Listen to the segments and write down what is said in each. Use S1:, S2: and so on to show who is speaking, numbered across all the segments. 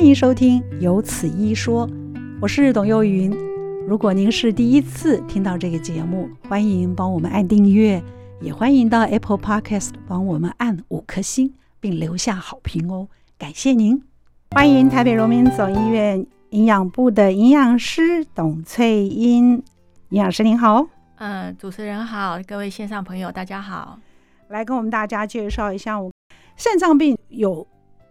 S1: 迎收听《有此一说》，我是董幼云。如果您是第一次听到这个节目，欢迎帮我们按订阅，也欢迎到 Apple Podcast 帮我们按五颗星，并留下好评哦，感谢您！欢迎台北荣民总医院营养部的营养师董翠英，营养师您好，
S2: 嗯，主持人好，各位线上朋友大家好。
S1: 来跟我们大家介绍一下，我肾脏病有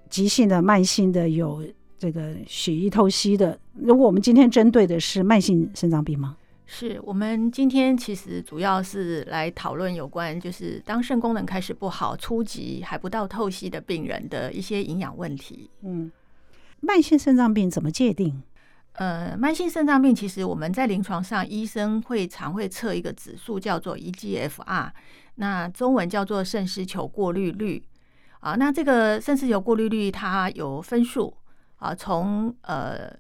S1: 急性的、慢性的，有这个血液透析的。如果我们今天针对的是慢性肾脏病吗？
S2: 是我们今天其实主要是来讨论有关，就是当肾功能开始不好、初级还不到透析的病人的一些营养问题。
S1: 嗯，慢性肾脏病怎么界定？
S2: 呃，慢性肾脏病其实我们在临床上，医生会常会测一个指数叫做 E eGFR，那中文叫做肾丝球过滤率啊。那这个肾丝球过滤率它有分数啊，从呃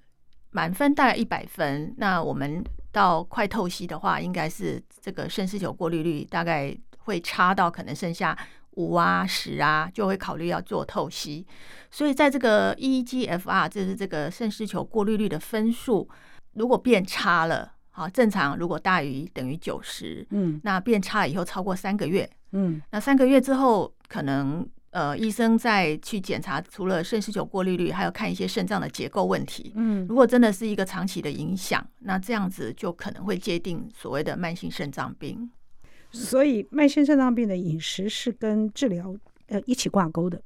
S2: 满分大概一百分，那我们到快透析的话，应该是这个肾丝球过滤率大概会差到可能剩下。五啊十啊，就会考虑要做透析，所以在这个 E eGFR，这是这个肾丝球过滤率的分数，如果变差了，好正常，如果大于等于九十，
S1: 嗯
S2: 那变差以后超过三个月，
S1: 嗯
S2: 那三个月之后可能呃医生再去检查，除了肾丝球过滤率，还有看一些肾脏的结构问题。
S1: 嗯
S2: 如果真的是一个长期的影响，那这样子就可能会界定所谓的慢性肾脏病。
S1: 所以慢性肾脏病的饮食是跟治疗呃一起挂钩的。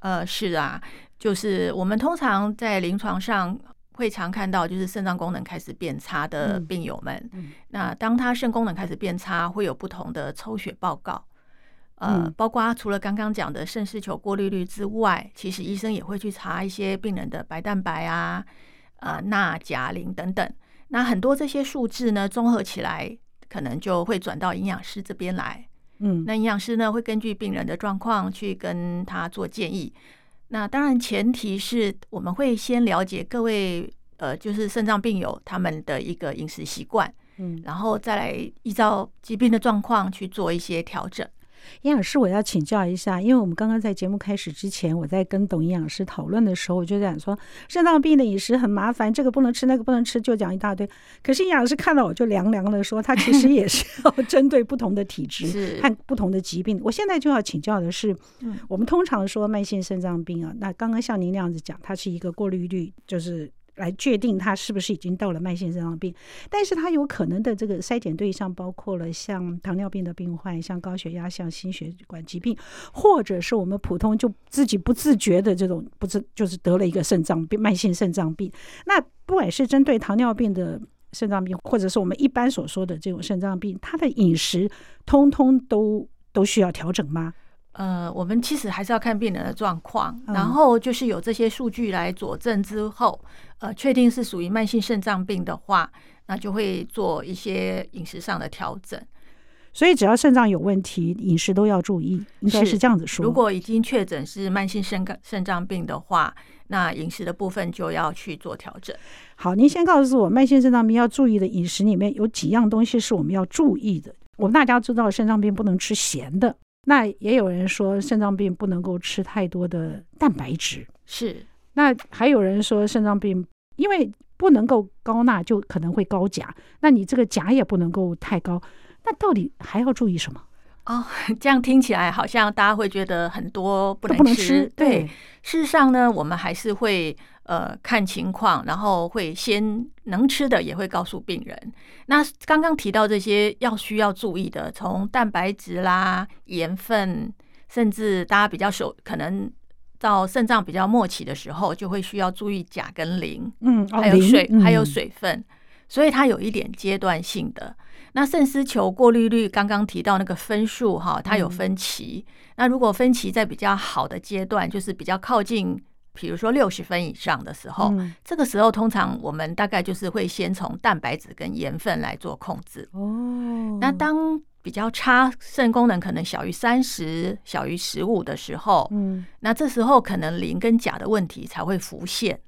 S2: 呃，是啊，就是我们通常在临床上会常看到，就是肾脏功能开始变差的
S1: 嗯
S2: 病友们。
S1: 嗯
S2: 那当他肾功能开始变差，会有不同的抽血报告。呃，
S1: 嗯
S2: 包括除了刚刚讲的肾丝球过滤率之外，其实医生也会去查一些病人的白蛋白啊、呃钠、钾、磷等等。那很多这些数字呢，综合起来，可能就会转到营养师这边来。
S1: 嗯
S2: 那营养师呢会根据病人的状况去跟他做建议。那当然前提是我们会先了解各位呃，就是肾脏病友他们的一个饮食习惯，
S1: 嗯，
S2: 然后再来依照疾病的状况去做一些调整。
S1: 营养师，我要请教一下，因为我们刚刚在节目开始之前，我在跟董营养师讨论的时候，我就讲说肾脏病的饮食很麻烦，这个不能吃，那个不能吃，就讲一大堆。可是营养师看到我就凉凉的说，他其实也是要 针对不同的体质
S2: 是
S1: 和不同的疾病。我现在就要请教的是，
S2: 嗯
S1: 我们通常说慢性肾脏病啊，那刚刚像您那样子讲，它是一个过滤率，就是来确定它是不是已经到了慢性肾脏病。但是它有可能的这个筛检对象包括了像糖尿病的病患、像高血压、像心血管疾病，或者是我们普通就自己不自觉的这种不自就是得了一个肾脏病、慢性肾脏病。那不管是针对糖尿病的。肾脏病，或者是我们一般所说的这种肾脏病，它的饮食通通都都需要调整吗？
S2: 呃，我们其实还是要看病人的状况，
S1: 嗯
S2: 然后就是有这些数据来佐证之后，呃，确定是属于慢性肾脏病的话，那就会做一些饮食上的调整。
S1: 所以只要肾脏有问题，饮食都要注意，应该是
S2: 是
S1: 这样子说。
S2: 如果已经确诊是慢性肾肝肾脏病的话，那饮食的部分就要去做调整。
S1: 好，您先告诉我，慢性肾脏病要注意的饮食里面有几样东西是我们要注意的。我们大家知道，肾脏病不能吃咸的，那也有人说肾脏病不能够吃太多的蛋白质，
S2: 是
S1: 那还有人说肾脏病因为不能够高钠，就可能会高钾，那你这个钾也不能够太高。那到底还要注意什么？
S2: 哦， 这样听起来好像大家会觉得很多不
S1: 都
S2: 能
S1: 不能
S2: 对
S1: 对，，
S2: 事实上呢，我们还是会呃看情况，然后会先能吃的也会告诉病人。那刚刚提到这些要需要注意的，从蛋白质啦、盐分，甚至大家比较熟，可能到肾脏比较末期的时候，就会需要注意钾跟磷。
S1: 嗯，哦
S2: 还有
S1: 磷
S2: 水，还有
S1: 嗯
S2: 水分，所以它有一点阶段性的。那肾丝球过滤率刚刚提到那个分数哈，它
S1: 嗯
S2: 有分歧。那如果分歧在比较好的阶段，就是比较靠近，比如说六十分以上的时候，
S1: 嗯
S2: 这个时候通常我们大概就是会先从蛋白质跟盐分来做控制。
S1: 哦，
S2: 那当比较差，肾功能可能小于三十、小于十五的时候，
S1: 嗯，
S2: 那这时候可能磷跟钾的问题才会浮现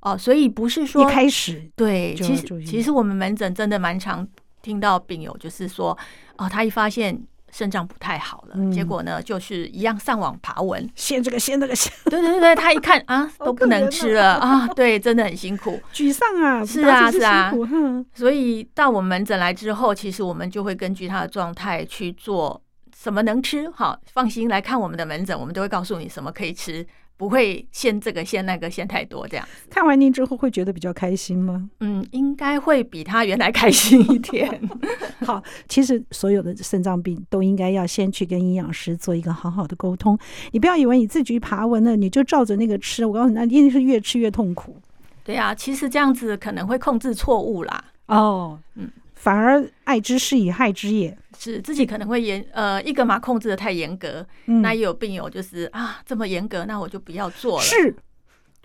S2: 哦。所以不是
S1: 一
S2: 说
S1: 开始
S2: 对，
S1: 就
S2: 其
S1: 要注
S2: 实
S1: 意
S2: 其实我们门诊真的蛮常听到病友就是说，哦，他一发现肾脏不太好了，
S1: 嗯
S2: 结果呢就是一样上网爬文，
S1: 先这个先那个先，
S2: 对对对，他一看啊
S1: 好
S2: 都不
S1: 可怜
S2: 能
S1: 哦
S2: 吃 了啊，对，真的很辛苦。
S1: 沮丧啊，
S2: 是
S1: 大家
S2: 啊
S1: 真
S2: 是啊
S1: 辛苦 哼
S2: 所以到我们门诊来之后，其实我们就会根据他的状态去做什么能吃，好，放心来看我们的门诊，我们都会告诉你什么可以吃，不会限这个限那个限太多这样。
S1: 看完您之后会觉得比较开心 吗？
S2: 嗯，应该会比他原来开心一点。
S1: 好，其实所有的肾脏病都应该要先去跟营养师做一个好好的沟通。你不要以为你自己去爬文了，你就照着那个吃。我告诉你，那一定是越吃越痛苦
S2: 对啊，其实这样子可能会控制错误啦，
S1: 哦。
S2: 嗯，
S1: 反而爱之是以害之也。
S2: 是自己可能会严呃一个嘛控制的太严格，
S1: 嗯，
S2: 那也有病友就是啊这么严格，那我就不要做了。哎
S1: 是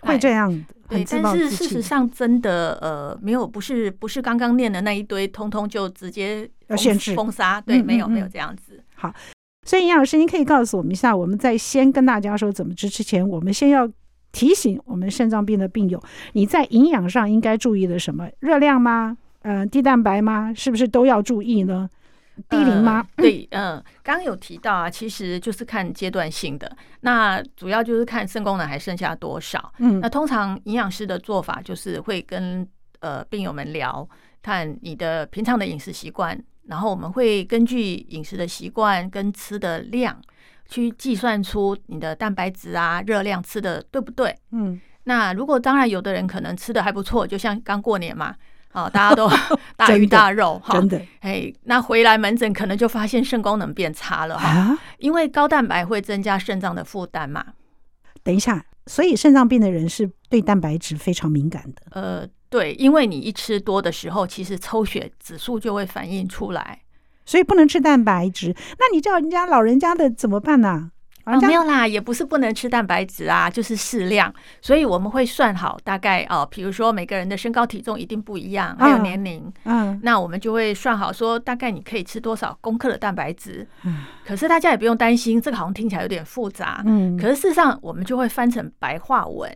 S1: 会这样的，
S2: 对，
S1: 很自
S2: 但
S1: 暴
S2: 是
S1: 自
S2: 事实
S1: 弃。
S2: 上，真的呃，没有，不是不是刚刚念的那一堆，通通就直接
S1: 要
S2: 封
S1: 限制
S2: 封杀，对，
S1: 嗯
S2: 没有
S1: 嗯
S2: 没有
S1: 嗯
S2: 这样子。
S1: 所以，营养师，您啊可以告诉我们一下，我们在先跟大家说怎么吃之前，我们先要。提醒我们肾脏病的病友，你在营养上应该注意的什么？热量吗？呃，低蛋白吗？是不是都要注意呢？低龄吗？
S2: 呃对，嗯、刚刚有提到啊，其实就是看阶段性的，那主要就是看肾功能还剩下多少。
S1: 嗯
S2: 那通常营养师的做法就是会跟呃病友们聊，看你的平常的饮食习惯，然后我们会根据饮食的习惯跟吃的量去计算出你的蛋白质啊、热量吃的对不对。
S1: 嗯，
S2: 那如果当然，有的人可能吃的还不错，就像刚过年嘛，哦，大家都大鱼大肉哈
S1: 真，的
S2: 哎，那回来门诊可能就发现肾功能变差了哈，
S1: 啊！
S2: 因为高蛋白会增加肾脏的负担嘛，
S1: 等一下，所以肾脏病的人是对蛋白质非常敏感的。
S2: 呃，对，因为你一吃多的时候，其实抽血指数就会反映出来。
S1: 所以不能吃蛋白质，那你叫人家老人家的怎么办呢、老
S2: 啊，
S1: 人家
S2: 没有啦，也不是不能吃蛋白质啊，就是适量。所以我们会算好大概哦、比如说每个人的身高体重一定不一样，还有
S1: 啊
S2: 年龄，
S1: 嗯，
S2: 那我们就会算好说大概你可以吃多少公克的蛋白质
S1: 嗯。
S2: 可是大家也不用担心，这个好像听起来有点复杂。
S1: 嗯
S2: 可是事实上，我们就会翻成白话文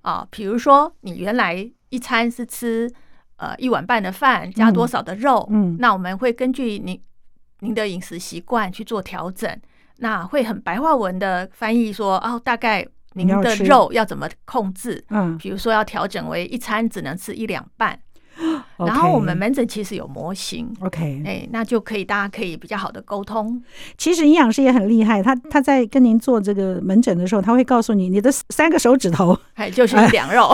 S2: 啊，比如说你原来一餐是吃呃一碗半的饭加多少的肉，
S1: 嗯
S2: 那我们会根据您您的饮食习惯去做调整，那会很白话文的翻译说哦，大概您
S1: 你要
S2: 的
S1: 吃
S2: 肉要怎么控制，
S1: 嗯，
S2: 比如说要调整为一餐只能吃一两半。然后我们门诊其实有模型，
S1: OK，
S2: 哎，那就可以大家可以比较好的沟通。
S1: 其实营养师也很厉害，他
S2: 嗯
S1: 他在跟您做这个门诊的时候，他会告诉你你的三个手指 头，
S2: 哎，就是
S1: 哎
S2: 两 肉，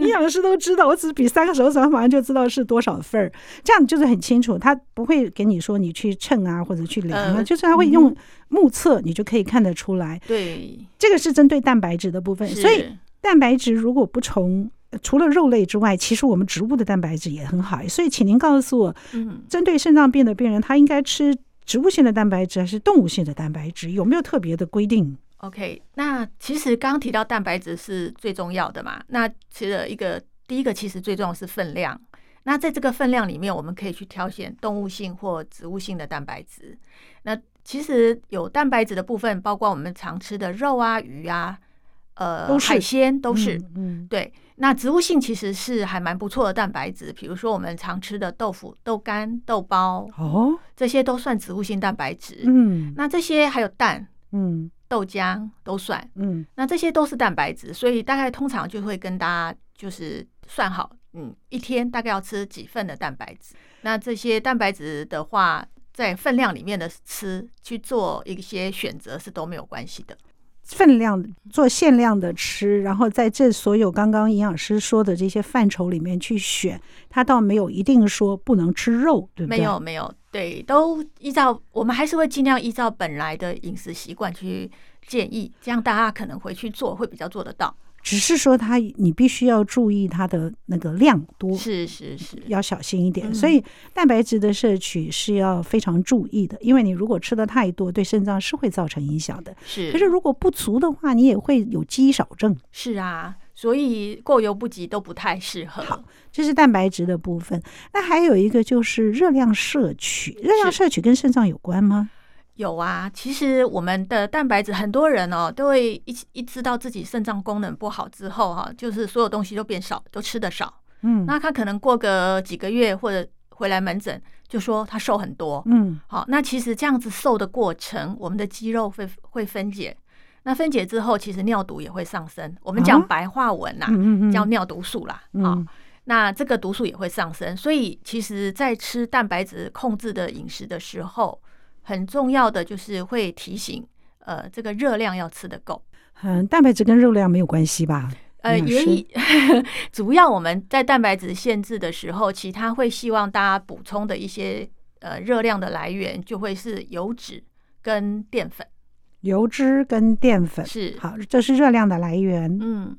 S1: 营养师都知道，我只比三个手指头，他马上就知道是多少份儿，这样就是很清楚，他不会给你说你去称啊或者去量啊，
S2: 呃
S1: 就是他会用目测，你就可以看得出来。
S2: 对，
S1: 这个是针对蛋白质的部分，所以
S2: 是
S1: 蛋白质如果不从呃除了肉类之外，其实我们植物的蛋白质也很好。所以，请您告诉我，
S2: 嗯，
S1: 针对肾脏病的病人，他应该吃植物性的蛋白质还是动物性的蛋白质？有没有特别的规定？
S2: OK，那其实刚刚提到蛋白质是最重要的嘛，那其实一个第一个其实最重要的是分量。那在这个分量里面，我们可以去挑选动物性或植物性的蛋白质。那其实有蛋白质的部分，包括我们常吃的肉啊、鱼啊、呃
S1: 都是
S2: 海鲜都是。
S1: 嗯嗯
S2: 对，那植物性其实是还蛮不错的蛋白质，比如说我们常吃的豆腐、豆干、豆包，
S1: 哦，
S2: 这些都算植物性蛋白质。
S1: 嗯
S2: 那这些还有蛋、
S1: 嗯
S2: 豆浆都算，
S1: 嗯，
S2: 那这些都是蛋白质，所以大概通常就会跟大家就是算好，嗯，一天大概要吃几份的蛋白质。那这些蛋白质的话，在分量里面的吃去做一些选择是都没有关系的。
S1: 分量做限量的吃，然后在这所有刚刚营养师说的这些范畴里面去选，他倒没有一定说不能吃肉，对不嗯对？
S2: 没有没有，对，都依照我们还是会尽量依照本来的饮食习惯去建议，这样大家可能回去做会比较做得到。
S1: 只是说他你必须要注意它的那个量多。
S2: 是是是，
S1: 要小心一点，
S2: 嗯
S1: 所以蛋白质的摄取是要非常注意的，因为你如果吃的太多，对肾脏是会造成影响的。
S2: 是
S1: 可是如果不足的话，你也会有肌少症，
S2: 是啊，所以过犹不及都不太适合。
S1: 好这是蛋白质的部分。那还有一个就是热量摄取，热量摄取跟肾脏有关吗？
S2: 有啊，其实我们的蛋白质，很多人哦都会一一知道自己肾脏功能不好之后哈、就是所有东西都变少，都吃得少。
S1: 嗯，
S2: 那他可能过个几个月或者回来门诊，就说他瘦很多。
S1: 嗯
S2: 好，那其实这样子瘦的过程，我们的肌肉会会分解，那分解之后，其实尿毒也会上升。我们
S1: 啊
S2: 讲白话文呐、
S1: 嗯嗯嗯，
S2: 叫尿毒素啦，啊、
S1: 嗯
S2: 那这个毒素也会上升，所以其实，在吃蛋白质控制的饮食的时候，很重要的就是会提醒，呃，这个热量要吃得够。
S1: 嗯，蛋白质跟肉量没有关系吧？
S2: 呃，
S1: 营养
S2: 也
S1: 师
S2: 以 主要我们在蛋白质限制的时候，其他会希望大家补充的一些呃热量的来源，就会是油脂跟淀粉。
S1: 油脂跟淀粉
S2: 是，
S1: 好，这是热量的来源。
S2: 嗯，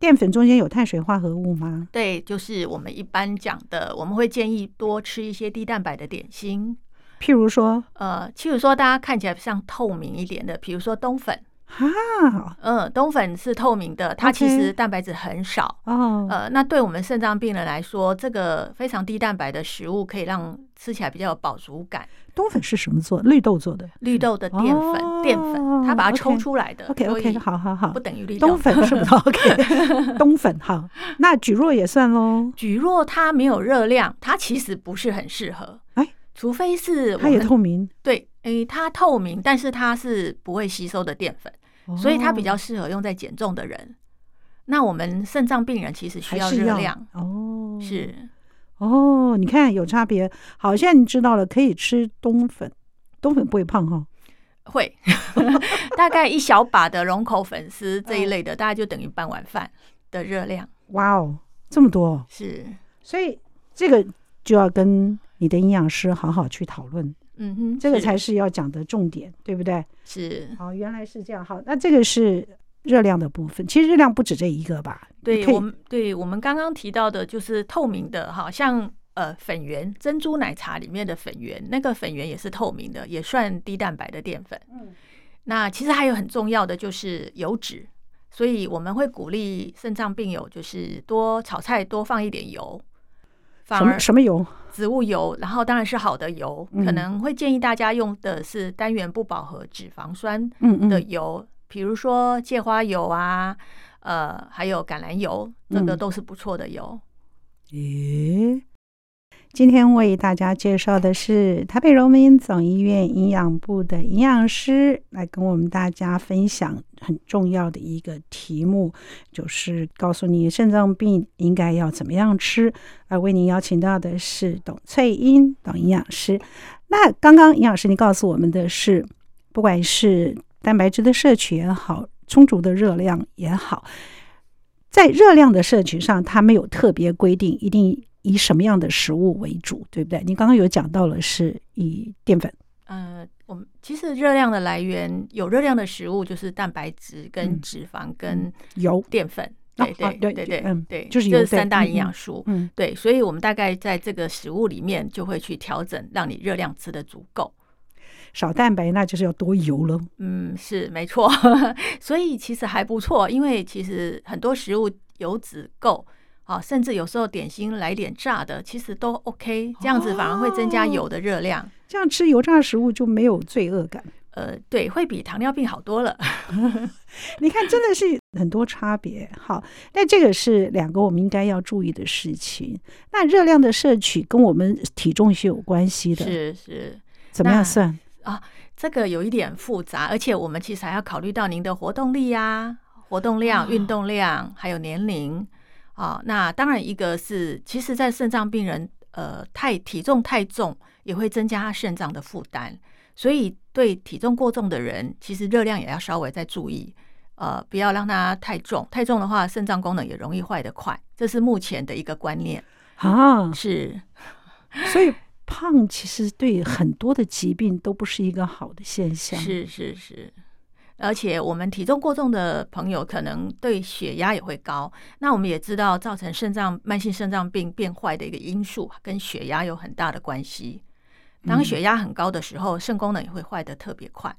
S1: 淀粉中间有碳水化合物吗？
S2: 对，就是我们一般讲的，我们会建议多吃一些低蛋白的点心。
S1: 譬如说，
S2: 呃，譬如说大家看起来像透明一点的，比如说冬粉，
S1: 啊，
S2: 嗯，冬粉是透明的，它
S1: OK
S2: 其实蛋白质很少。
S1: 哦，
S2: 呃，那对我们肾脏病人来说，这个非常低蛋白的食物可以让吃起来比较有饱足感。
S1: 冬粉是什么做？绿豆做的。
S2: 绿豆的淀
S1: 哦
S2: 粉，淀粉，它把它抽
S1: OK
S2: 出来的
S1: OK
S2: 呃所
S1: OK，
S2: 以
S1: 好好好
S2: 不，等于绿豆。
S1: 冬粉是不是 OK？冬粉好，那蒟蒻也算喽。
S2: 蒟蒻它没有热量，它其实不是很适合。
S1: 哎
S2: 除非是我
S1: 它也
S2: 们
S1: 透明，哦
S2: 对，诶，它透明，但是它是不会吸收的淀粉，所以它比较
S1: 哦
S2: 适合用在减重的人。那我们肾脏病人其实需
S1: 还是
S2: 热
S1: 要
S2: 量，
S1: 哦，
S2: 是
S1: 哦，你看有差别。好，现在你知道了，可以吃冬粉，冬粉不会胖哈、
S2: 会 大概一小把的龙口粉丝这
S1: 嗯
S2: 一类的，大概就等于半碗饭的热量。
S1: 哇哦，这么多哦，
S2: 是，
S1: 所以这个就要跟你的营养师好好去讨论，
S2: 嗯哼，
S1: 这个
S2: 是
S1: 才是要讲的重点，对不对？
S2: 是。
S1: 好，原来是这样。好，那这个是热量的部分，其实热量不止这一个吧？你
S2: 对
S1: 可以
S2: 我们，对我们刚刚提到的，就是透明的，哈，像呃粉圆、珍珠奶茶里面的粉圆，那个粉圆也是透明的，也算低蛋白的淀粉。
S1: 嗯，
S2: 那其实还有很重要的就是油脂，所以我们会鼓励肾脏病友就是多炒菜多放一点油，反
S1: 什么
S2: 而
S1: 什么油？
S2: 植物油，然后当然是好的油，
S1: 嗯
S2: 可能会建议大家用的是单元不饱和脂肪酸
S1: 嗯
S2: 的
S1: 嗯，
S2: 油，比如说芥花油啊，呃，还有橄榄油，这个
S1: 嗯
S2: 都是不错的油。
S1: 咦。今天为大家介绍的是台北荣民总医院营养部的营养师来跟我们大家分享很重要的一个题目，就是告诉你肾脏病应该要怎么样吃。而为您邀请到的是董翠英董营养师。那刚刚营养师您告诉我们的是，不管是蛋白质的摄取也好，充足的热量也好，在热量的摄取上，它没有特别规定一定以什么样的食物为主，对不对？您刚刚有讲到了是以淀粉，
S2: 呃，我们其实热量的来源有热量的食物就是蛋白质、
S1: 嗯
S2: 跟脂肪、跟
S1: 油，
S2: 淀粉。
S1: 啊
S2: 对
S1: 啊
S2: 对
S1: 对
S2: 对
S1: 对
S2: 对，
S1: 嗯
S2: 对，
S1: 就是油
S2: 这
S1: 对
S2: 三大
S1: 嗯
S2: 营养素。
S1: 嗯
S2: 对，所以我们大概在这个食物里面就会去调整，让你热量吃的足够。
S1: 少蛋白，那就是要多油了。
S2: 嗯，是没错， 所以其实还不错，因为其实很多食物油脂够。啊，甚至有时候点心来点炸的，其实都 OK，这样子反而会增加油的热量。
S1: 这样吃油炸食物就没有罪恶感。
S2: 呃，对，会比糖尿病好多了。
S1: 你看，真的是很多差别。好，那这个是两个我们应该要注意的事情。那热量的摄取跟我们体重是有关系的，
S2: 是是，
S1: 怎么样
S2: 那
S1: 算？
S2: 这个有一点复杂，而且我们其实还要考虑到您的活动力呀、活动量、运动量，还有年龄啊、那当然，一个是其实，在肾脏病人呃太体重太重，也会增加他肾脏的负担，所以对体重过重的人，其实热量也要稍微再注意。呃，不要让它太重，太重的话，肾脏功能也容易坏得快，这是目前的一个观念。
S1: 啊，
S2: 是，
S1: 所以胖其实对很多的疾病都不是一个好的现象。，
S2: 是是是，而且我们体重过重的朋友，可能对血压也会高。那我们也知道，造成肾脏慢性肾脏病变坏的一个因素，跟血压有很大的关系。
S1: 嗯
S2: 当血压很高的时候，肾功能也会坏得特别快。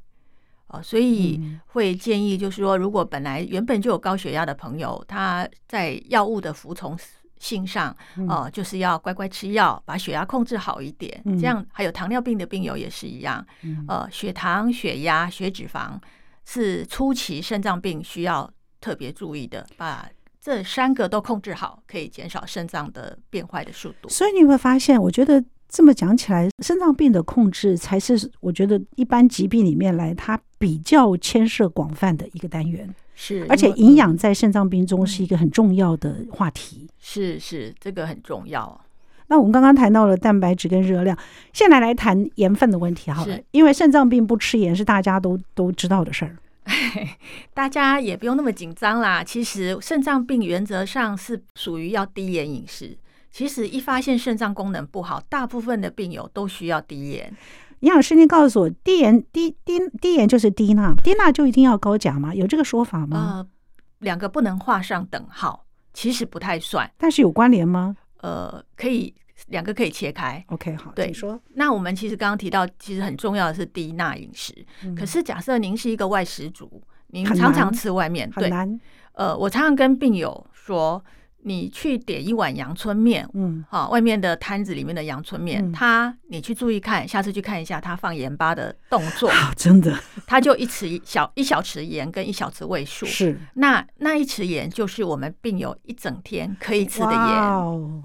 S2: 哦，所以
S1: 嗯
S2: 会建议，就是说，如果本来原本就有高血压的朋友，他在药物的服从性上，哦，就是要乖乖吃药，把血压控制好一点。
S1: 嗯
S2: 这样，还有糖尿病的病友也是一样，
S1: 嗯
S2: 呃，血糖、血压、血脂肪是初期肾脏病需要特别注意的，把这三个都控制好，可以减少肾脏的变坏的速度。
S1: 所以你会发现，我觉得这么讲起来，肾脏病的控制才是我觉得一般疾病里面来它比较牵涉广泛的一个单元，
S2: 是，
S1: 而且
S2: 因为
S1: 营
S2: 嗯
S1: 养在肾脏病中是一个很重要的话题。
S2: 是是这个很重要。
S1: 那我们刚刚谈到了蛋白质跟热量，现在来谈盐分的问题好了
S2: 是，
S1: 因为肾脏病不吃盐是大家都都知道的事儿。
S2: 大家也不用那么紧张啦。其实肾脏病原则上是属于要低盐饮食。其实一发现肾脏功能不好，大部分的病友都需要低盐。
S1: 营养师，您告诉我，低盐低低低盐就是低钠，低钠就一定要高钾吗？有这个说法吗？
S2: 呃，两个不能画上等号，其实不太算。
S1: 但是有关联吗
S2: 呃，可以两个可以切开。
S1: ？OK，好，
S2: 对
S1: 请说。
S2: 那我们其实刚刚提到，其实很重要的是低钠饮食。
S1: 嗯
S2: 可是假设您是一个外食族，您
S1: 很
S2: 常常
S1: 难
S2: 吃外面，
S1: 很
S2: 对，
S1: 难，
S2: 呃，我常常跟病友说，你去点一碗阳春面，
S1: 嗯，
S2: 好、外面的摊子里面的阳春面，
S1: 嗯
S2: 它你去注意看，下次去看一下它放盐巴的动 作，
S1: 啊真的
S2: 它就一匙小一小匙盐跟一小匙味素，
S1: 是
S2: 那那一匙盐就是我们病友一整天可以吃的
S1: 哇
S2: 盐，
S1: 哦，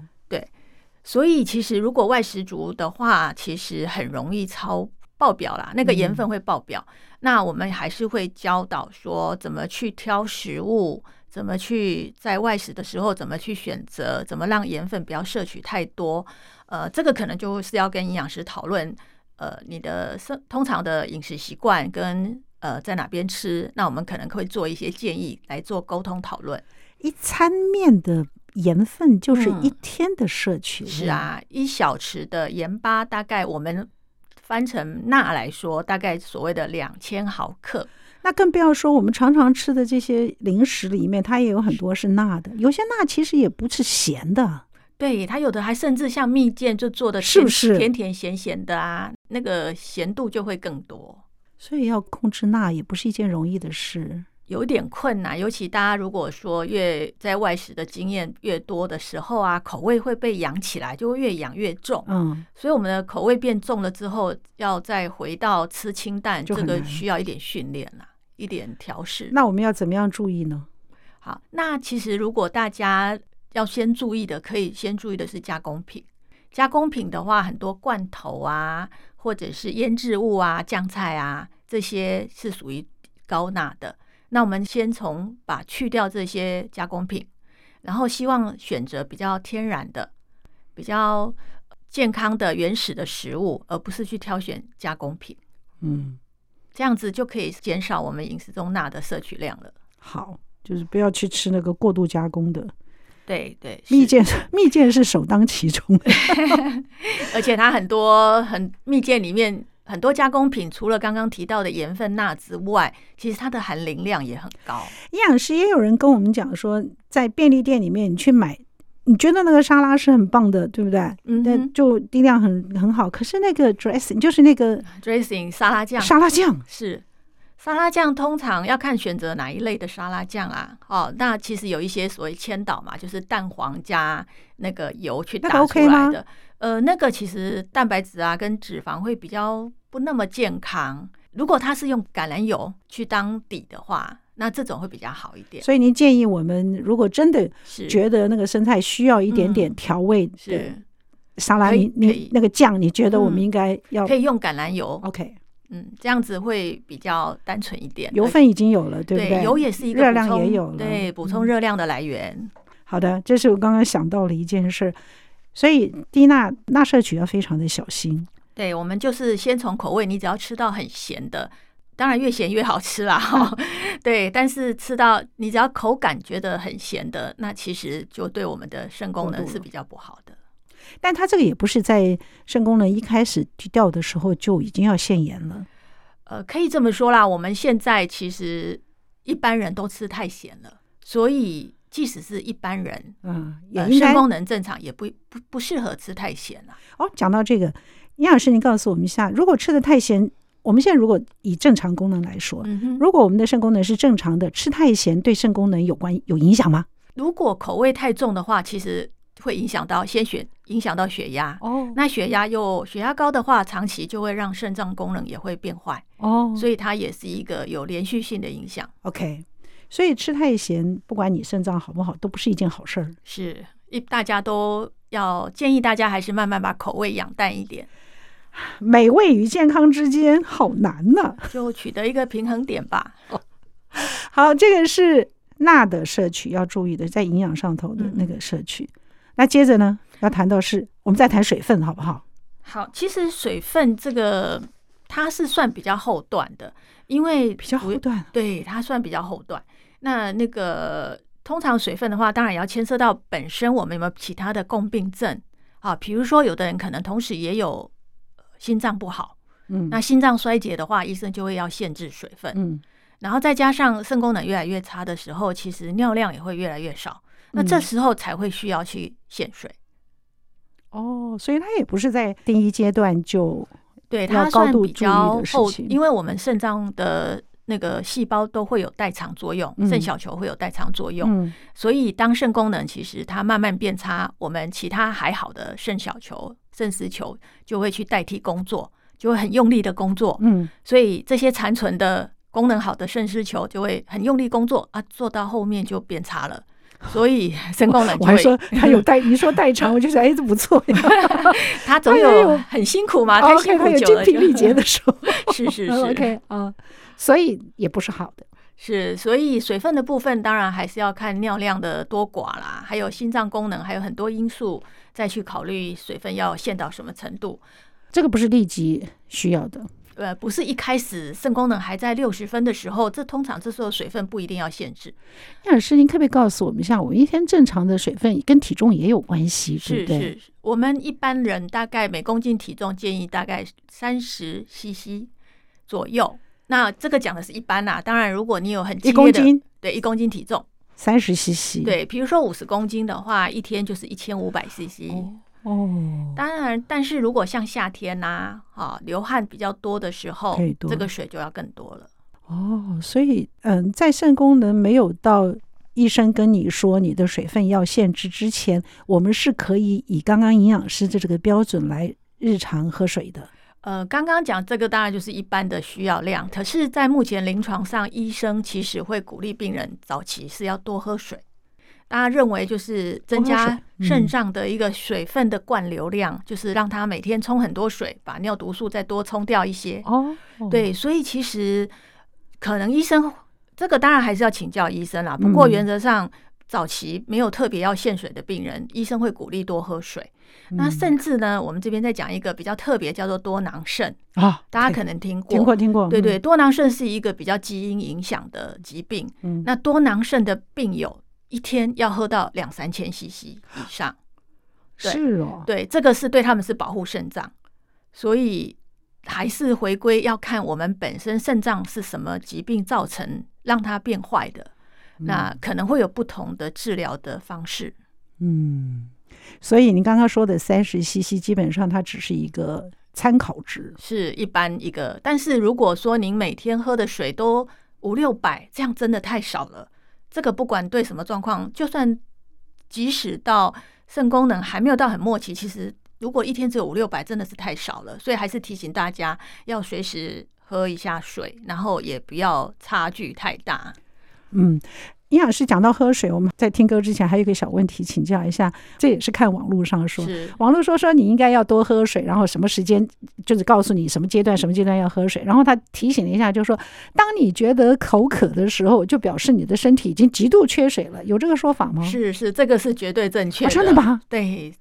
S2: 所以其实如果外食族的话，其实很容易超。爆表啦，那个盐分会爆表。那我们还是会教导说怎么去挑食物，怎么去在外食的时候怎么去选择，怎么让盐分不要摄取太多。呃，这个可能就是要跟营养师讨论，呃，你的生通常的饮食习惯跟呃在哪边吃，那我们可能会做一些建议来做沟通讨论。
S1: 一餐面的盐分就是
S2: 嗯
S1: 一天的摄取量，
S2: 是啊，一小匙的盐巴大概我们。翻成钠来说，大概所谓的两千毫克，
S1: 那更不要说我们常常吃的这些零食里面，它也有很多是钠的，有些钠其实也不是咸的，
S2: 对，它有的还甚至像蜜饯就做的
S1: 是不是
S2: 甜甜咸咸的啊？那个咸度就会更多，
S1: 所以要控制钠也不是一件容易的事。
S2: 有一点困难。尤其大家如果说越在外食的经验越多的时候啊，口味会被养起来，就会越养越重。
S1: 嗯，
S2: 所以我们的口味变重了之后，要再回到吃清淡，
S1: 就
S2: 这
S1: 很
S2: 个
S1: 难
S2: 需要一点训练啦、一点调试。
S1: 那我们要怎么样注意呢？
S2: 好，那其实如果大家要先注意的，可以先注意的是加工品。加工品的话，很多罐头啊，或者是腌制物啊、酱菜啊，这些是属于高钠的。那我们先从把去掉这些加工品，然后希望选择比较天然的、比较健康的原始的食物，而不是去挑选加工品。
S1: 嗯，
S2: 这样子就可以减少我们饮食中钠的摄取量了。
S1: 好，就是不要去吃那个过度加工的
S2: 对对，是
S1: 蜜饯， 蜜饯是首当其冲的。
S2: 而且它很多很蜜饯里面很多加工品，除了刚刚提到的盐分钠之外，其实它的含磷量也很高。
S1: 营养师也有人跟我们讲说，在便利店里面你去买，你觉得那个沙拉是很棒的，对不对？
S2: 嗯
S1: 那
S2: 哼
S1: 就低量很很好，可是那个 dressing 就是那个
S2: ，dressing 沙拉酱
S1: 沙拉酱，
S2: 是沙拉酱，通常要看选择哪一类的沙拉酱啊。哦，那其实有一些所谓千岛嘛，就是蛋黄加那个油去
S1: 那个
S2: 打出
S1: OK 吗
S2: 来的。呃，那个其实蛋白质啊跟脂肪会比较不那么健康。如果它是用橄榄油去当底的话，那这种会比较好一点。
S1: 所以您建议我们如果真的
S2: 是
S1: 觉得那个生菜需要一点点
S2: 嗯
S1: 调味的
S2: 是
S1: 沙拉，
S2: 可以
S1: 你
S2: 可
S1: 你
S2: 以
S1: 那个酱，你觉得我们
S2: 嗯
S1: 应该要
S2: 可以用橄榄油，
S1: OK？
S2: 嗯，这样子会比较单纯一点。
S1: 油分已经有了，对不
S2: 呃对
S1: 对？
S2: 油也是一个
S1: 热
S2: 补
S1: 量
S2: 充
S1: 也有了
S2: 对，补
S1: 嗯
S2: 充热量的来源。
S1: 好的，这是我刚刚想到了一件事儿，所以低钠钠摄取要非常的小心。
S2: 对，我们就是先从口味，你只要吃到很咸的，当然越咸越好吃 啦。哈，对，但是吃到你只要口感觉得很咸的，那其实就对我们的肾功
S1: 过度
S2: 能是
S1: 了
S2: 比较不好的。
S1: 但它这个也不是在肾功能一开始去掉的时候就已经要限盐了。
S2: 呃，可以这么说啦，我们现在其实一般人都吃太咸了，所以即使是一般人，
S1: 嗯，也
S2: 呃，
S1: 应该、
S2: 肾功能正常也不不不适合吃太咸啊啦。
S1: 哦。讲到这个，营养师您告诉我们一下，如果吃的太咸，我们现在如果以正常功能来说，
S2: 嗯哼，
S1: 如果我们的肾功能是正常的，吃太咸对肾功能有关有影响吗？
S2: 如果口味太重的话，其实会影响到先血，影响到血压。
S1: 哦
S2: 那血压又血压高的话，长期就会让肾脏功能也会变坏，
S1: 哦
S2: 所以它也是一个有连续性的影响，
S1: ，OK。所以吃太咸，不管你肾脏好不好，都不是一件好事儿。
S2: 是一大家都要建议大家还是慢慢把口味养淡一点，
S1: 美味与健康之间好难呐、
S2: 就取得一个平衡点吧。
S1: 好，这个是钠的摄取要注意的，在营养上头的
S2: 嗯
S1: 那个摄取。那接着呢，要谈到是我们再谈水分好不好？
S2: 好，其实水分这个它是算比较后段的，因为
S1: 比较啊
S2: 主
S1: 后段，
S2: 对，它算比较后段。那那个通常水分的话，当然也要牵涉到本身我们有没有其他的共病症啊，比如说有的人可能同时也有呃心脏不好，
S1: 嗯，
S2: 那心脏衰竭的话，医生就会要限制水分，
S1: 嗯，
S2: 然后再加上肾功能越来越差的时候，其实尿量也会越来越少，那这
S1: 嗯
S2: 时候才会需要去限水。
S1: 哦，所以它也不是在第一阶段就
S2: 对，
S1: 要
S2: 它
S1: 高
S2: 算
S1: 度
S2: 比
S1: 注意
S2: 较
S1: 的事
S2: 后，
S1: 情
S2: 因为我们肾脏的那个细胞都会有代偿作用，
S1: 嗯
S2: 肾小球会有代偿作用，
S1: 嗯
S2: 所以当肾功能其实它慢慢变差，我们其他还好的肾小球、肾丝球就会去代替工作，就会很用力的工作，
S1: 嗯
S2: 所以这些残存的功能好的肾丝球就会很用力工作啊，做到后面就变差了，所 以肾功能
S1: 我
S2: 就
S1: 还说
S2: 会，
S1: 它有代，你说代 偿，我就想哎，这不错呀。
S2: 它总
S1: 哎呦哦
S2: 有很辛苦嘛，太
S1: OK，
S2: 啊辛苦
S1: 它有
S2: 久
S1: 精
S2: 了
S1: 疲
S2: 就，
S1: 力 竭的时候。
S2: 是 是是
S1: OK 啊，所以也不是好的。
S2: 是，所以水分的部分当然还是要看尿量的多寡啦，还有心脏功能，还有很多因素再去考虑水分要限到什么程度。
S1: 这个不是立即需要的。
S2: 呃，不是一开始肾功能还在六十分的时候，这通常这时候水分不一定要限制。
S1: 那老师，您可不可以告诉我们一下，我们一天正常的水分跟体重也有关系，对
S2: 是
S1: 不对？
S2: 是，是我们一般人大概每公斤体重建议大概三十 CC 左右。那这个讲的是一般啦、当然如果你有很激
S1: 一
S2: 烈
S1: 公
S2: 的
S1: 斤嗯
S2: 对一公斤体重，
S1: 三十 CC。，
S2: 对，比如说五十公斤的话，一天就是一千五百 CC。
S1: 哦，
S2: 当然，但是如果像夏天呐、啊，流汗比较多的时候
S1: 可以，多
S2: 这个水就要更多了。
S1: 哦，所以嗯，在肾功能没有到医生跟你说你的水分要限制之前，我们是可以以刚刚营养师的这个标准来日常喝水的。
S2: 呃，刚刚讲这个当然就是一般的需要量，可是，在目前临床上，医生其实会鼓励病人早期是要多喝水。大家认为就是增
S1: 多喝
S2: 加
S1: 水嗯
S2: 肾脏的一个水分的灌流量，就是让它每天冲很多水，把尿毒素再多冲掉一些。
S1: 哦，，
S2: 对，所以其实可能医生这个当然还是要请教医生啦。不过
S1: 嗯
S2: 原则上，早期没有特别要限水的病人，医生会鼓励多喝水。
S1: 嗯
S2: 那甚至呢，我们这边再讲一个比较特别，叫做多囊肾，
S1: 啊，
S2: 大家
S1: 对
S2: 可能听过。
S1: 听过听过，嗯
S2: 对对，，多囊肾是一个比较基因影响的疾病。
S1: 嗯，
S2: 那多囊肾的病友一天要喝到两三千 CC 以上。对
S1: 是哦，
S2: 对，这个是对他们是保护肾脏，所以还是回归要看我们本身肾脏是什么疾病造成让它变坏的，那可能会有不同的治疗的方式。
S1: 嗯，所以您刚刚说的三十 CC，基本上它只是一个参考值。
S2: 是一般一个，但是如果说您每天喝的水都五六百，这样真的太少了。这个不管对什么状况，就算即使到肾功能还没有到很末期，其实如果一天只有五六百，真的是太少了。所以还是提醒大家要随时喝一下水，然后也不要差距太大。
S1: 嗯，营养师讲到喝水，我们在听歌之前还有一个小问题请教一下，这也是看网络上说。
S2: 是
S1: 网络说说你应该要多喝水，然后什么时间就是告诉你什么阶段什么阶段要喝水，然后他提醒了一下，就说当你觉得口渴的时候，就表示你的身体已经极度缺水了，有这个说法吗？
S2: 是是，这个是绝对正确
S1: 啊，真的吗？
S2: 对，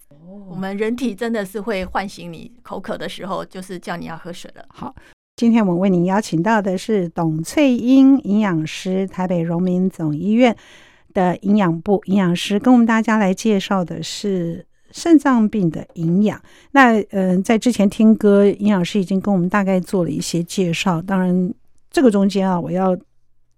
S2: 我们人体真的是会唤醒你口渴的时候，就是叫你要喝水了。
S1: 好，今天我们为您邀请到的是董翠英营养师，台北荣民总医院的营养部营养师，跟我们大家来介绍的是。肾脏病的营养，那嗯、呃在之前听歌，营养师已经跟我们大概做了一些介绍。当然，这个中间啊，我要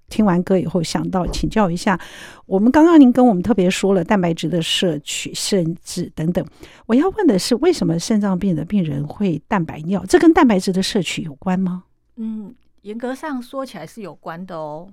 S1: 听完歌以后想到请教一下，我们刚刚您跟我们特别说了蛋白质的摄取、甚至等等，我要问的是，为什么肾脏病的病人会蛋白尿？这跟蛋白质的摄取有关吗？
S2: 嗯，严格上说起来是有关的哦。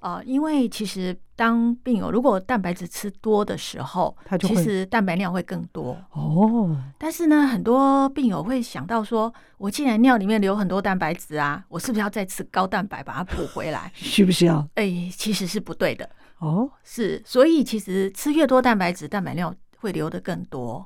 S2: 啊、因为其实当病友如果蛋白质吃多的时候，
S1: 他就
S2: 其
S1: 会
S2: 实蛋白量会更多。
S1: 哦，？
S2: 但是呢，很多病友会想到说，我既然尿里面流很多蛋白质啊，我是不是要再吃高蛋白把它补回来
S1: 需不需要？
S2: 哎，其实是不对的。
S1: 哦，
S2: 是，所以其实吃越多蛋白质，蛋白尿会流得更多。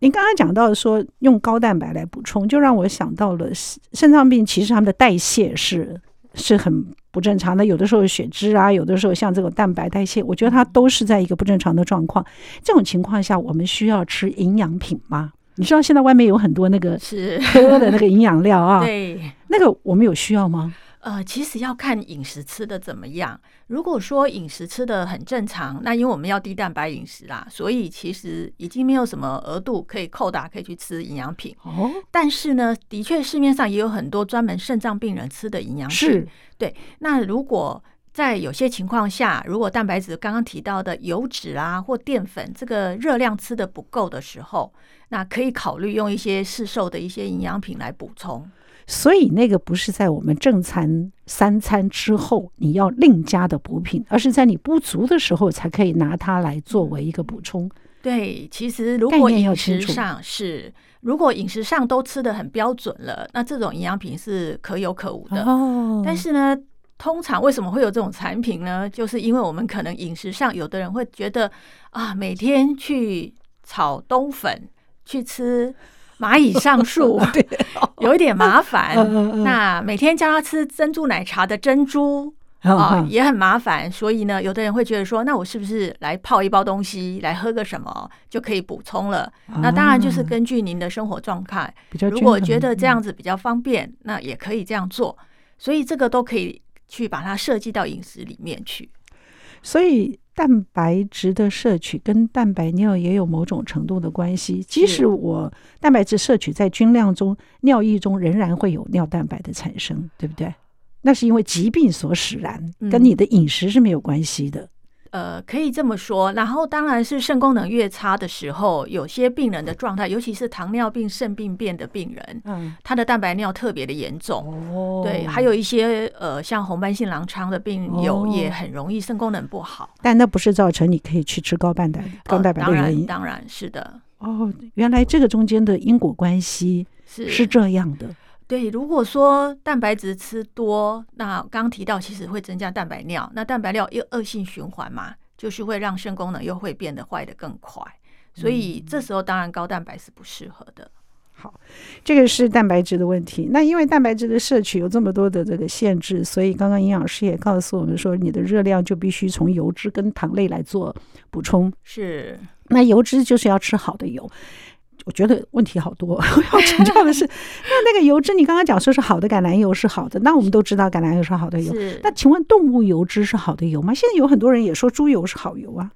S1: 您刚刚讲到说用高蛋白来补充，就让我想到了肾肾脏病，其实他们的代谢是是很不正常的，有的时候血脂啊，有的时候像这种蛋白代谢，我觉得它都是在一个不正常的状况。这种情况下，我们需要吃营养品吗？你知道现在外面有很多那个
S2: 是，
S1: 喝的那个营养料啊，
S2: 对，
S1: 那个我们有需要吗？
S2: 呃，其实要看饮食吃的怎么样。如果说饮食吃的很正常，那因为我们要低蛋白饮食啦，所以其实已经没有什么额度可以扣打，可以去吃营养品。
S1: 哦，
S2: 但是呢，的确市面上也有很多专门肾脏病人吃的营养品。
S1: 是
S2: 那如果在有些情况下，如果蛋白质刚刚提到的油脂啊或淀粉这个热量吃的不够的时候，那可以考虑用一些市售的一些营养品来补充。
S1: 所以那个不是在我们正餐三餐之后你要另加的补品，而是在你不足的时候才可以拿它来作为一个补充。
S2: 对，其实如
S1: 概
S2: 果
S1: 念要
S2: 饮
S1: 清
S2: 食
S1: 楚
S2: 上是，如果饮食上都吃的很标准了，那这种营养品是可有可无的。
S1: 哦，
S2: 但是呢，通常为什么会有这种产品呢？就是因为我们可能饮食上，有的人会觉得啊，每天去炒冬粉，去吃蚂蚁上树
S1: 对，
S2: 有一点 麻
S1: 嗯
S2: 烦。
S1: 嗯嗯，
S2: 哎那每天叫他吃珍珠奶茶的珍珠
S1: 好
S2: 啊、
S1: 好
S2: 也很麻烦。所以呢，有的人会觉得说，那我是不是来泡一包东西，来喝个什么就可以补充了？那当然就是
S1: 啊
S2: 根据您的生活状态。
S1: 比较
S2: 如
S1: 均
S2: 果
S1: 衡
S2: 觉得这
S1: 嗯
S2: 样子比较方便，那也可以这样做。所以这个都可以去把它设计到饮食里面去。
S1: 所以蛋白质的摄取跟蛋白尿也有某种程度的关系。即
S2: 是
S1: 使我蛋白质摄取在均量中，尿液中仍然会有尿蛋白的产生，对不对？那是因为疾病所使然，跟
S2: 嗯
S1: 你的饮食是没有关系的。
S2: 呃，可以这么说。然后当然是肾功能越差的时候，有些病人的状态，尤其是糖尿病、肾病变的病人，
S1: 嗯，
S2: 他的蛋白尿特别的严重。
S1: 哦
S2: 对，还，有一些呃，像红斑性狼疮的病友、
S1: 哦
S2: 也很容易肾功能不好。
S1: 但那不是造成你可以去吃高蛋白、高
S2: 呃
S1: 蛋白的
S2: 当
S1: 原
S2: 然，
S1: 因。
S2: 当然是的，
S1: 哦，原来这个中间的因果关系
S2: 是
S1: 是这样的。
S2: 对，如果说蛋白质吃多，那刚刚提到其实会增加蛋白尿，那蛋白尿又恶性循环嘛，就是会让肾功能又会变得坏得更快，所以
S1: 嗯
S2: 这时候当然高蛋白是不适合的。
S1: 好，这个是蛋白质的问题。那因为蛋白质的摄取有这么多的这个限制，所以刚刚营养师也告诉我们说，你的热量就必须从油脂跟糖类来做补充。
S2: 是，
S1: 那油脂就是要吃好的油。我觉得问题好多， 我要请教 的是，那那个油脂，你刚刚讲说是好的橄榄油是好的，那我们都知道橄榄油是好的油。
S2: 是
S1: 那请问动物油脂是好的油吗？现在有很多人也说猪油是好油啊。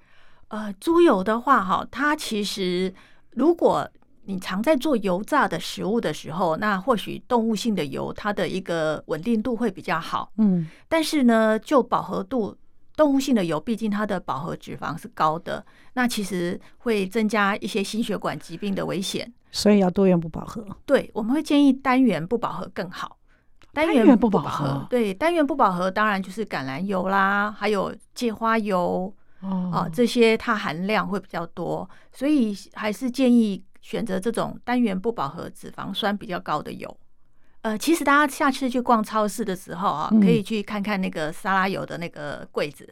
S2: 呃，猪油的话，哈，它其实如果你常在做油炸的食物的时候，那或许动物性的油它的一个稳定度会比较好。
S1: 嗯，
S2: 但是呢，就饱和度，动物性的油毕竟它的饱和脂肪是高的，那其实会增加一些心血管疾病的危险。
S1: 所以要多元不饱和。
S2: 对，我们会建议单元不饱和更好。单
S1: 单元不
S2: 不
S1: 饱
S2: 饱
S1: 和
S2: 和，对，单元不饱和当然就是橄榄油啦，还有芥花油
S1: 哦
S2: 啊，这些它含量会比较多，所以还是建议选择这种单元不饱和脂肪酸比较高的油。呃，其实大家下次去逛超市的时候啊，
S1: 嗯
S2: 可以去看看那个沙拉油的那个柜子。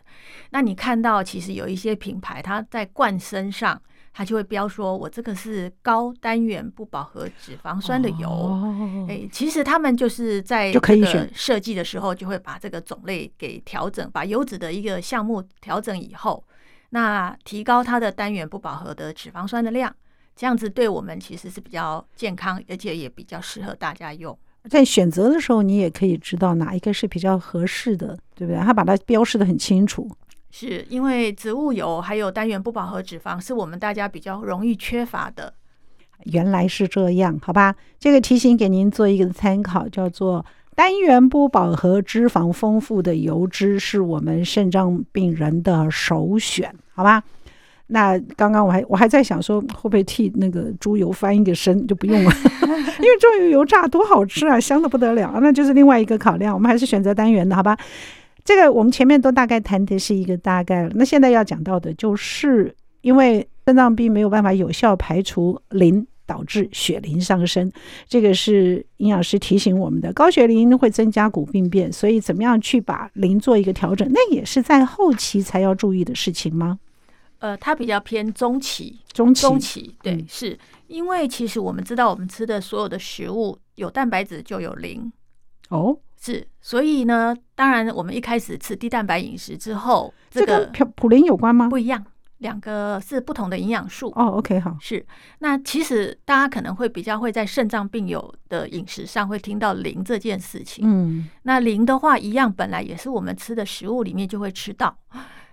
S2: 那你看到其实有一些品牌，它在罐身上，它就会标说我这个是高单元不饱和脂肪酸的油。
S1: 哦
S2: 哎、其实他们就是在
S1: 就可以
S2: 这个
S1: 选
S2: 设计的时候，就会把这个种类给调整，把油脂的一个项目调整以后，那提高它的单元不饱和的脂肪酸的量，这样子对我们其实是比较健康，而且也比较适合大家用。
S1: 在选择的时候，你也可以知道哪一个是比较合适的，对不对？它把它标示的很清楚。
S2: 是因为植物油还有单元不饱和脂肪是我们大家比较容易缺乏的。
S1: 原来是这样，好吧？这个提醒给您做一个参考，叫做单元不饱和脂肪丰富的油脂是我们肾脏病人的首选，好吧？那刚刚我还我还在想说，会不会替那个猪油翻一个身就不用了， 因为猪油油炸多好吃啊，香的不得了啊，那就是另外一个考量，我们还是选择单元的，好吧？这个我们前面都大概谈的是一个大概了，那现在要讲到的就是，因为肾脏病没有办法有效排除磷，导致血磷上升，这个是营养师提醒我们的。高血磷会增加骨病变，所以怎么样去把磷做一个调整，那也是在后期才要注意的事情吗？
S2: 呃，它比较偏中期，
S1: 中期
S2: 中期对，
S1: 嗯
S2: 是因为其实我们知道，我们吃的所有的食物有蛋白质就有磷，
S1: 哦，
S2: 是，所以呢，当然我们一开始吃低蛋白饮食之后，
S1: 这
S2: 这
S1: 跟
S2: 个
S1: 普普林有关吗？
S2: 不一样，两个是不同的营养素。
S1: 哦，OK，好，
S2: 是，那其实大家可能会比较会在肾脏病友的饮食上会听到磷这件事情。
S1: 嗯，
S2: 那磷的话，一样本来也是我们吃的食物里面就会吃到。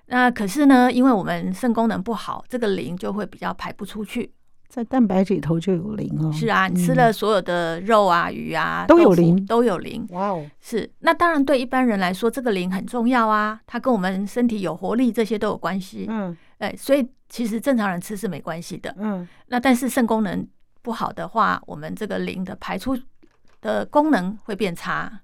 S2: 那可是呢，因为我们肾功能不好，这个磷就会比较排不出去。
S1: 在蛋白质里头就有磷哦。
S2: 是啊，你吃
S1: 嗯
S2: 了，所有的肉啊、鱼啊，
S1: 都有
S2: 豆腐
S1: 磷
S2: 都有磷。
S1: 哇哦，
S2: 是，那当然对一般人来说，这个磷很重要啊，它跟我们身体有活力这些都有关系。
S1: 嗯
S2: 哎、所以其实正常人吃是没关系的。
S1: 嗯，
S2: 那但是肾功能不好的话，我们这个磷的排出的功能会变差。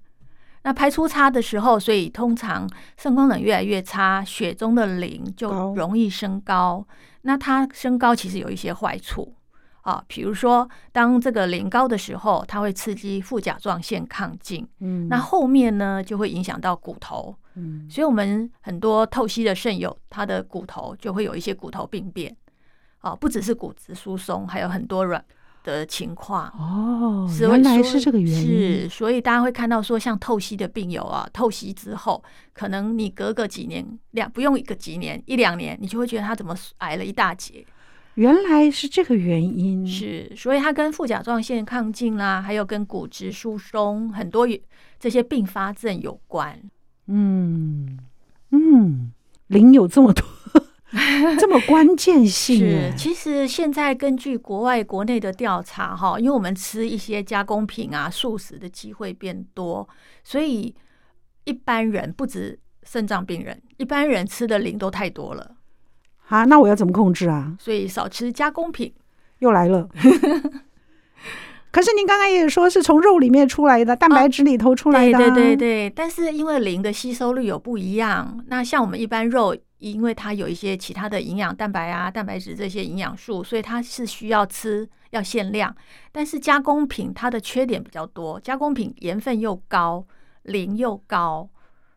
S2: 那排出差的时候，所以通常肾功能越来越差，血中的磷就
S1: 高
S2: 容易升高。那它升高其实有一些坏处啊，比如说当这个磷高的时候，它会刺激副甲状腺亢进，
S1: 嗯，
S2: 那后面呢就会影响到骨头，
S1: 嗯
S2: 所以我们很多透析的肾友，他的骨头就会有一些骨头病变，啊，不只是骨质疏松，还有很多软的情况。
S1: 哦，
S2: 所以
S1: 原来
S2: 所以
S1: 是这个原因，
S2: 是，所以大家会看到说，像透析的病友啊，透析之后，可能你隔个几年，两不用一个几年，一两年，你就会觉得他怎么矮了一大截。
S1: 原来是这个原因，
S2: 是，所以它跟副甲状腺亢进啦，还有跟骨质疏松很多这些并发症有关。
S1: 嗯嗯，磷有这么多， 这么关键性
S2: 是
S1: 哎，，
S2: 其实现在根据国外、国内的调查，哈，因为我们吃一些加工品啊、素食的机会变多，所以一般人不止肾脏病人，一般人吃的磷都太多了，
S1: 啊，那我要怎么控制啊？
S2: 所以少吃加工品。
S1: 又来了。 可是您刚刚也说是从肉里面出来的，蛋白质里头出来
S2: 对
S1: 的、啊
S2: 对对，对，但是因为磷的吸收率有不一样，那像我们一般肉，因为它有一些其他的营养蛋白啊、蛋白质这些营养素，所以它是需要吃要限量。但是加工品它的缺点比较多，加工品盐分又高，磷又高，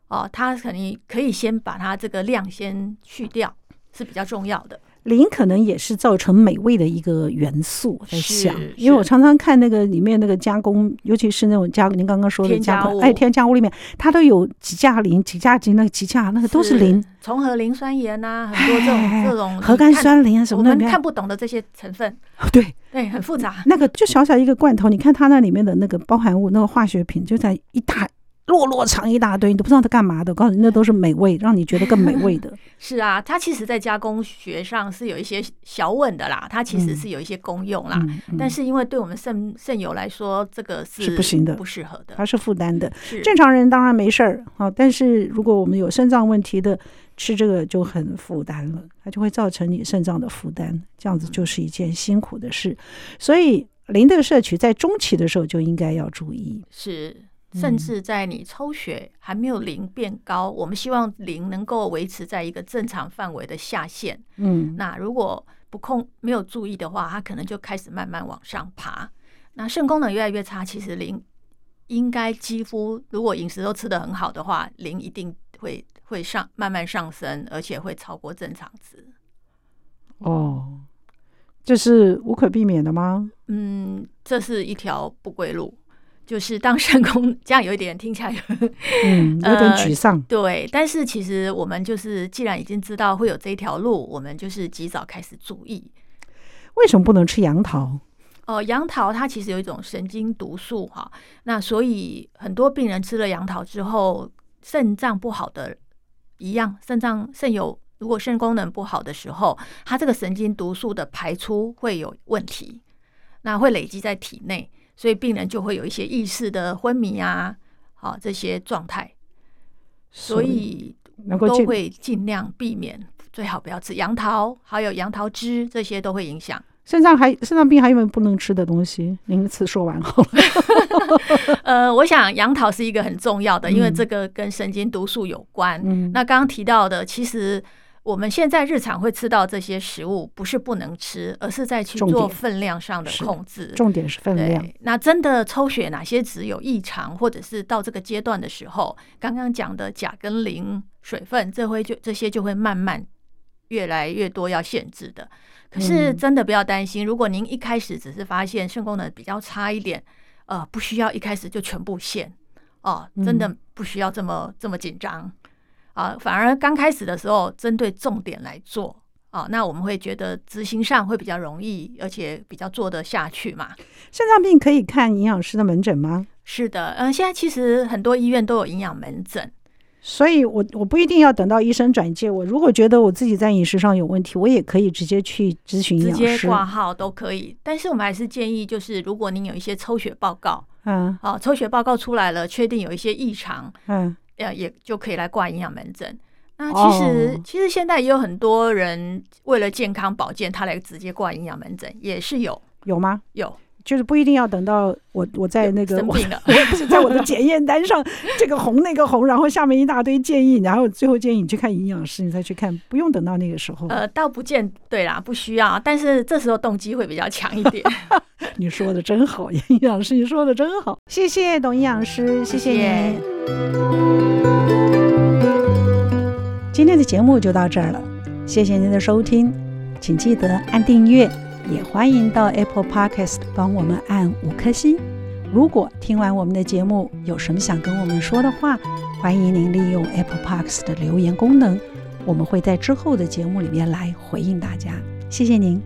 S2: 哦，它肯定可以先把它这个量先去掉，是比较重要的。
S1: 磷可能也是造成美味的一个元素。我在
S2: 是
S1: 想，因为我
S2: 是
S1: 常常看那个里面那个加工，尤其是那种加您刚刚说的
S2: 添加
S1: 加工，
S2: 物
S1: 哎，添加物里面它都有几价磷、几价磷、那个几价那个都是磷，，
S2: 重合磷酸盐呐、很多这种这种
S1: 哎核苷
S2: 你看
S1: 酸磷啊什么
S2: 我
S1: 的
S2: 们
S1: 里面。
S2: 看不懂的这些成分，
S1: 哦对，
S2: 对，很 复杂。
S1: 那个就小小一个罐头，你看它那里面的那个包含物，那个化学品就在一大落落长一大堆，你都不知道它干嘛的。我告诉你，那都是美味， 啊让你觉得更美味的。
S2: 是啊，它其实在加工学上是有一些小问的啦，它其实
S1: 嗯
S2: 是有一些功用啦，
S1: 嗯嗯
S2: 但是因为对我们肾肾友来说，这个是
S1: 是不行的啊
S2: 不适合的。
S1: 它是负担的。
S2: 是
S1: 正常人当然没事儿啊，但是如果我们有肾脏问题的，吃这个就很负担了，它就会造成你肾脏的负担，这样子就是一件辛苦的事。所以磷的摄取在中期的时候就应该要注意。
S2: 是，
S1: 嗯
S2: 甚至在你抽血还没有磷变高，我们希望磷能够维持在一个正常范围的下限。
S1: 嗯，
S2: 那如果不控没有注意的话，它可能就开始慢慢往上爬。那肾功能越来越差，其实磷应该几乎，如果饮食都吃得很好的话，磷一定会会上慢慢上升，而且会超过正常值。
S1: 哦，这是无可避免的吗？
S2: 嗯，这是一条不归路，就是当肾功这样有一点听起来有
S1: 嗯，有点
S2: 呃
S1: 沮丧。
S2: 对，但是其实我们就是既然已经知道会有这一条路，我们就是及早开始注意。
S1: 为什么不能吃杨桃？
S2: 哦，杨桃它其实有一种神经毒素哈、那所以很多病人吃了杨桃之后，肾脏不好的，一样肾脏肾有如果肾功能不好的时候，它这个神经毒素的排出会有问题，那会累积在体内，所以病人就会有一些意识的昏迷啊，好、这些状态，所以
S1: 能够
S2: 都
S1: 尽
S2: 会尽量避免，最好不要吃杨桃，还有杨桃汁这些都会影响。
S1: 肾脏还肾脏病还有没有不能吃的东西？您次说完 好了。
S2: 呃，我想杨桃是一个很重要的，因为
S1: 嗯
S2: 这个跟神经毒素有关。
S1: 嗯
S2: 那刚刚提到的，其实我们现在日常会吃到这些食物，不是不能吃，而是在去
S1: 重
S2: 做
S1: 点
S2: 分量上的
S1: 是
S2: 控制。
S1: 重点是分量。
S2: 对，那真的抽血哪些值有异常，或者是到这个阶段的时候，刚刚讲的钾跟磷、水分，这会就这些就会慢慢越来越多要限制的。可是
S1: 嗯
S2: 真的不要担心，如果您一开始只是发现肾功能比较差一点，呃，不需要一开始就全部限哦，真
S1: 嗯
S2: 的不需要这么这么紧张啊。反而刚开始的时候，针对重点来做啊，那我们会觉得执行上会比较容易，而且比较做得下去嘛。
S1: 肾脏病可以看营养师的门诊吗？
S2: 是的，嗯、现在其实很多医院都有营养门诊，
S1: 所以我我不一定要等到医生转介，我如果觉得我自己在饮食上有问题，我也可以直接去咨询营
S2: 直
S1: 养
S2: 接
S1: 师。
S2: 挂号都可以。但是我们还是建议，就是如果您有一些抽血报告，
S1: 嗯
S2: 啊，抽血报告出来了，确定有一些异常，
S1: 嗯，
S2: 呃，也就可以来挂营养门诊。那其实、
S1: 哦
S2: 其实现在也有很多人为了健康保健，他来直接挂营养门诊也是有
S1: 有吗？
S2: 有
S1: 就是不一定要等到我我在那个
S2: 生
S1: 我
S2: 病了。
S1: 是在我的检验单上，这个红那个红，然后下面一大堆建议，然后最后建议你去看营养师，你再去看，不用等到那个时候。
S2: 呃，倒不见对啦，不需要，但是这时候动机会比较强一点。
S1: 你说的真好，营养师，你说的真好，谢谢董营养师，谢谢你。今天的节目就到这儿了，谢谢您的收听，请记得按订阅，也欢迎到 Apple Podcast 帮我们按五颗星。如果听完我们的节目有什么想跟我们说的话，欢迎您利用 Apple Podcast 的留言功能，我们会在之后的节目里面来回应大家。谢谢您，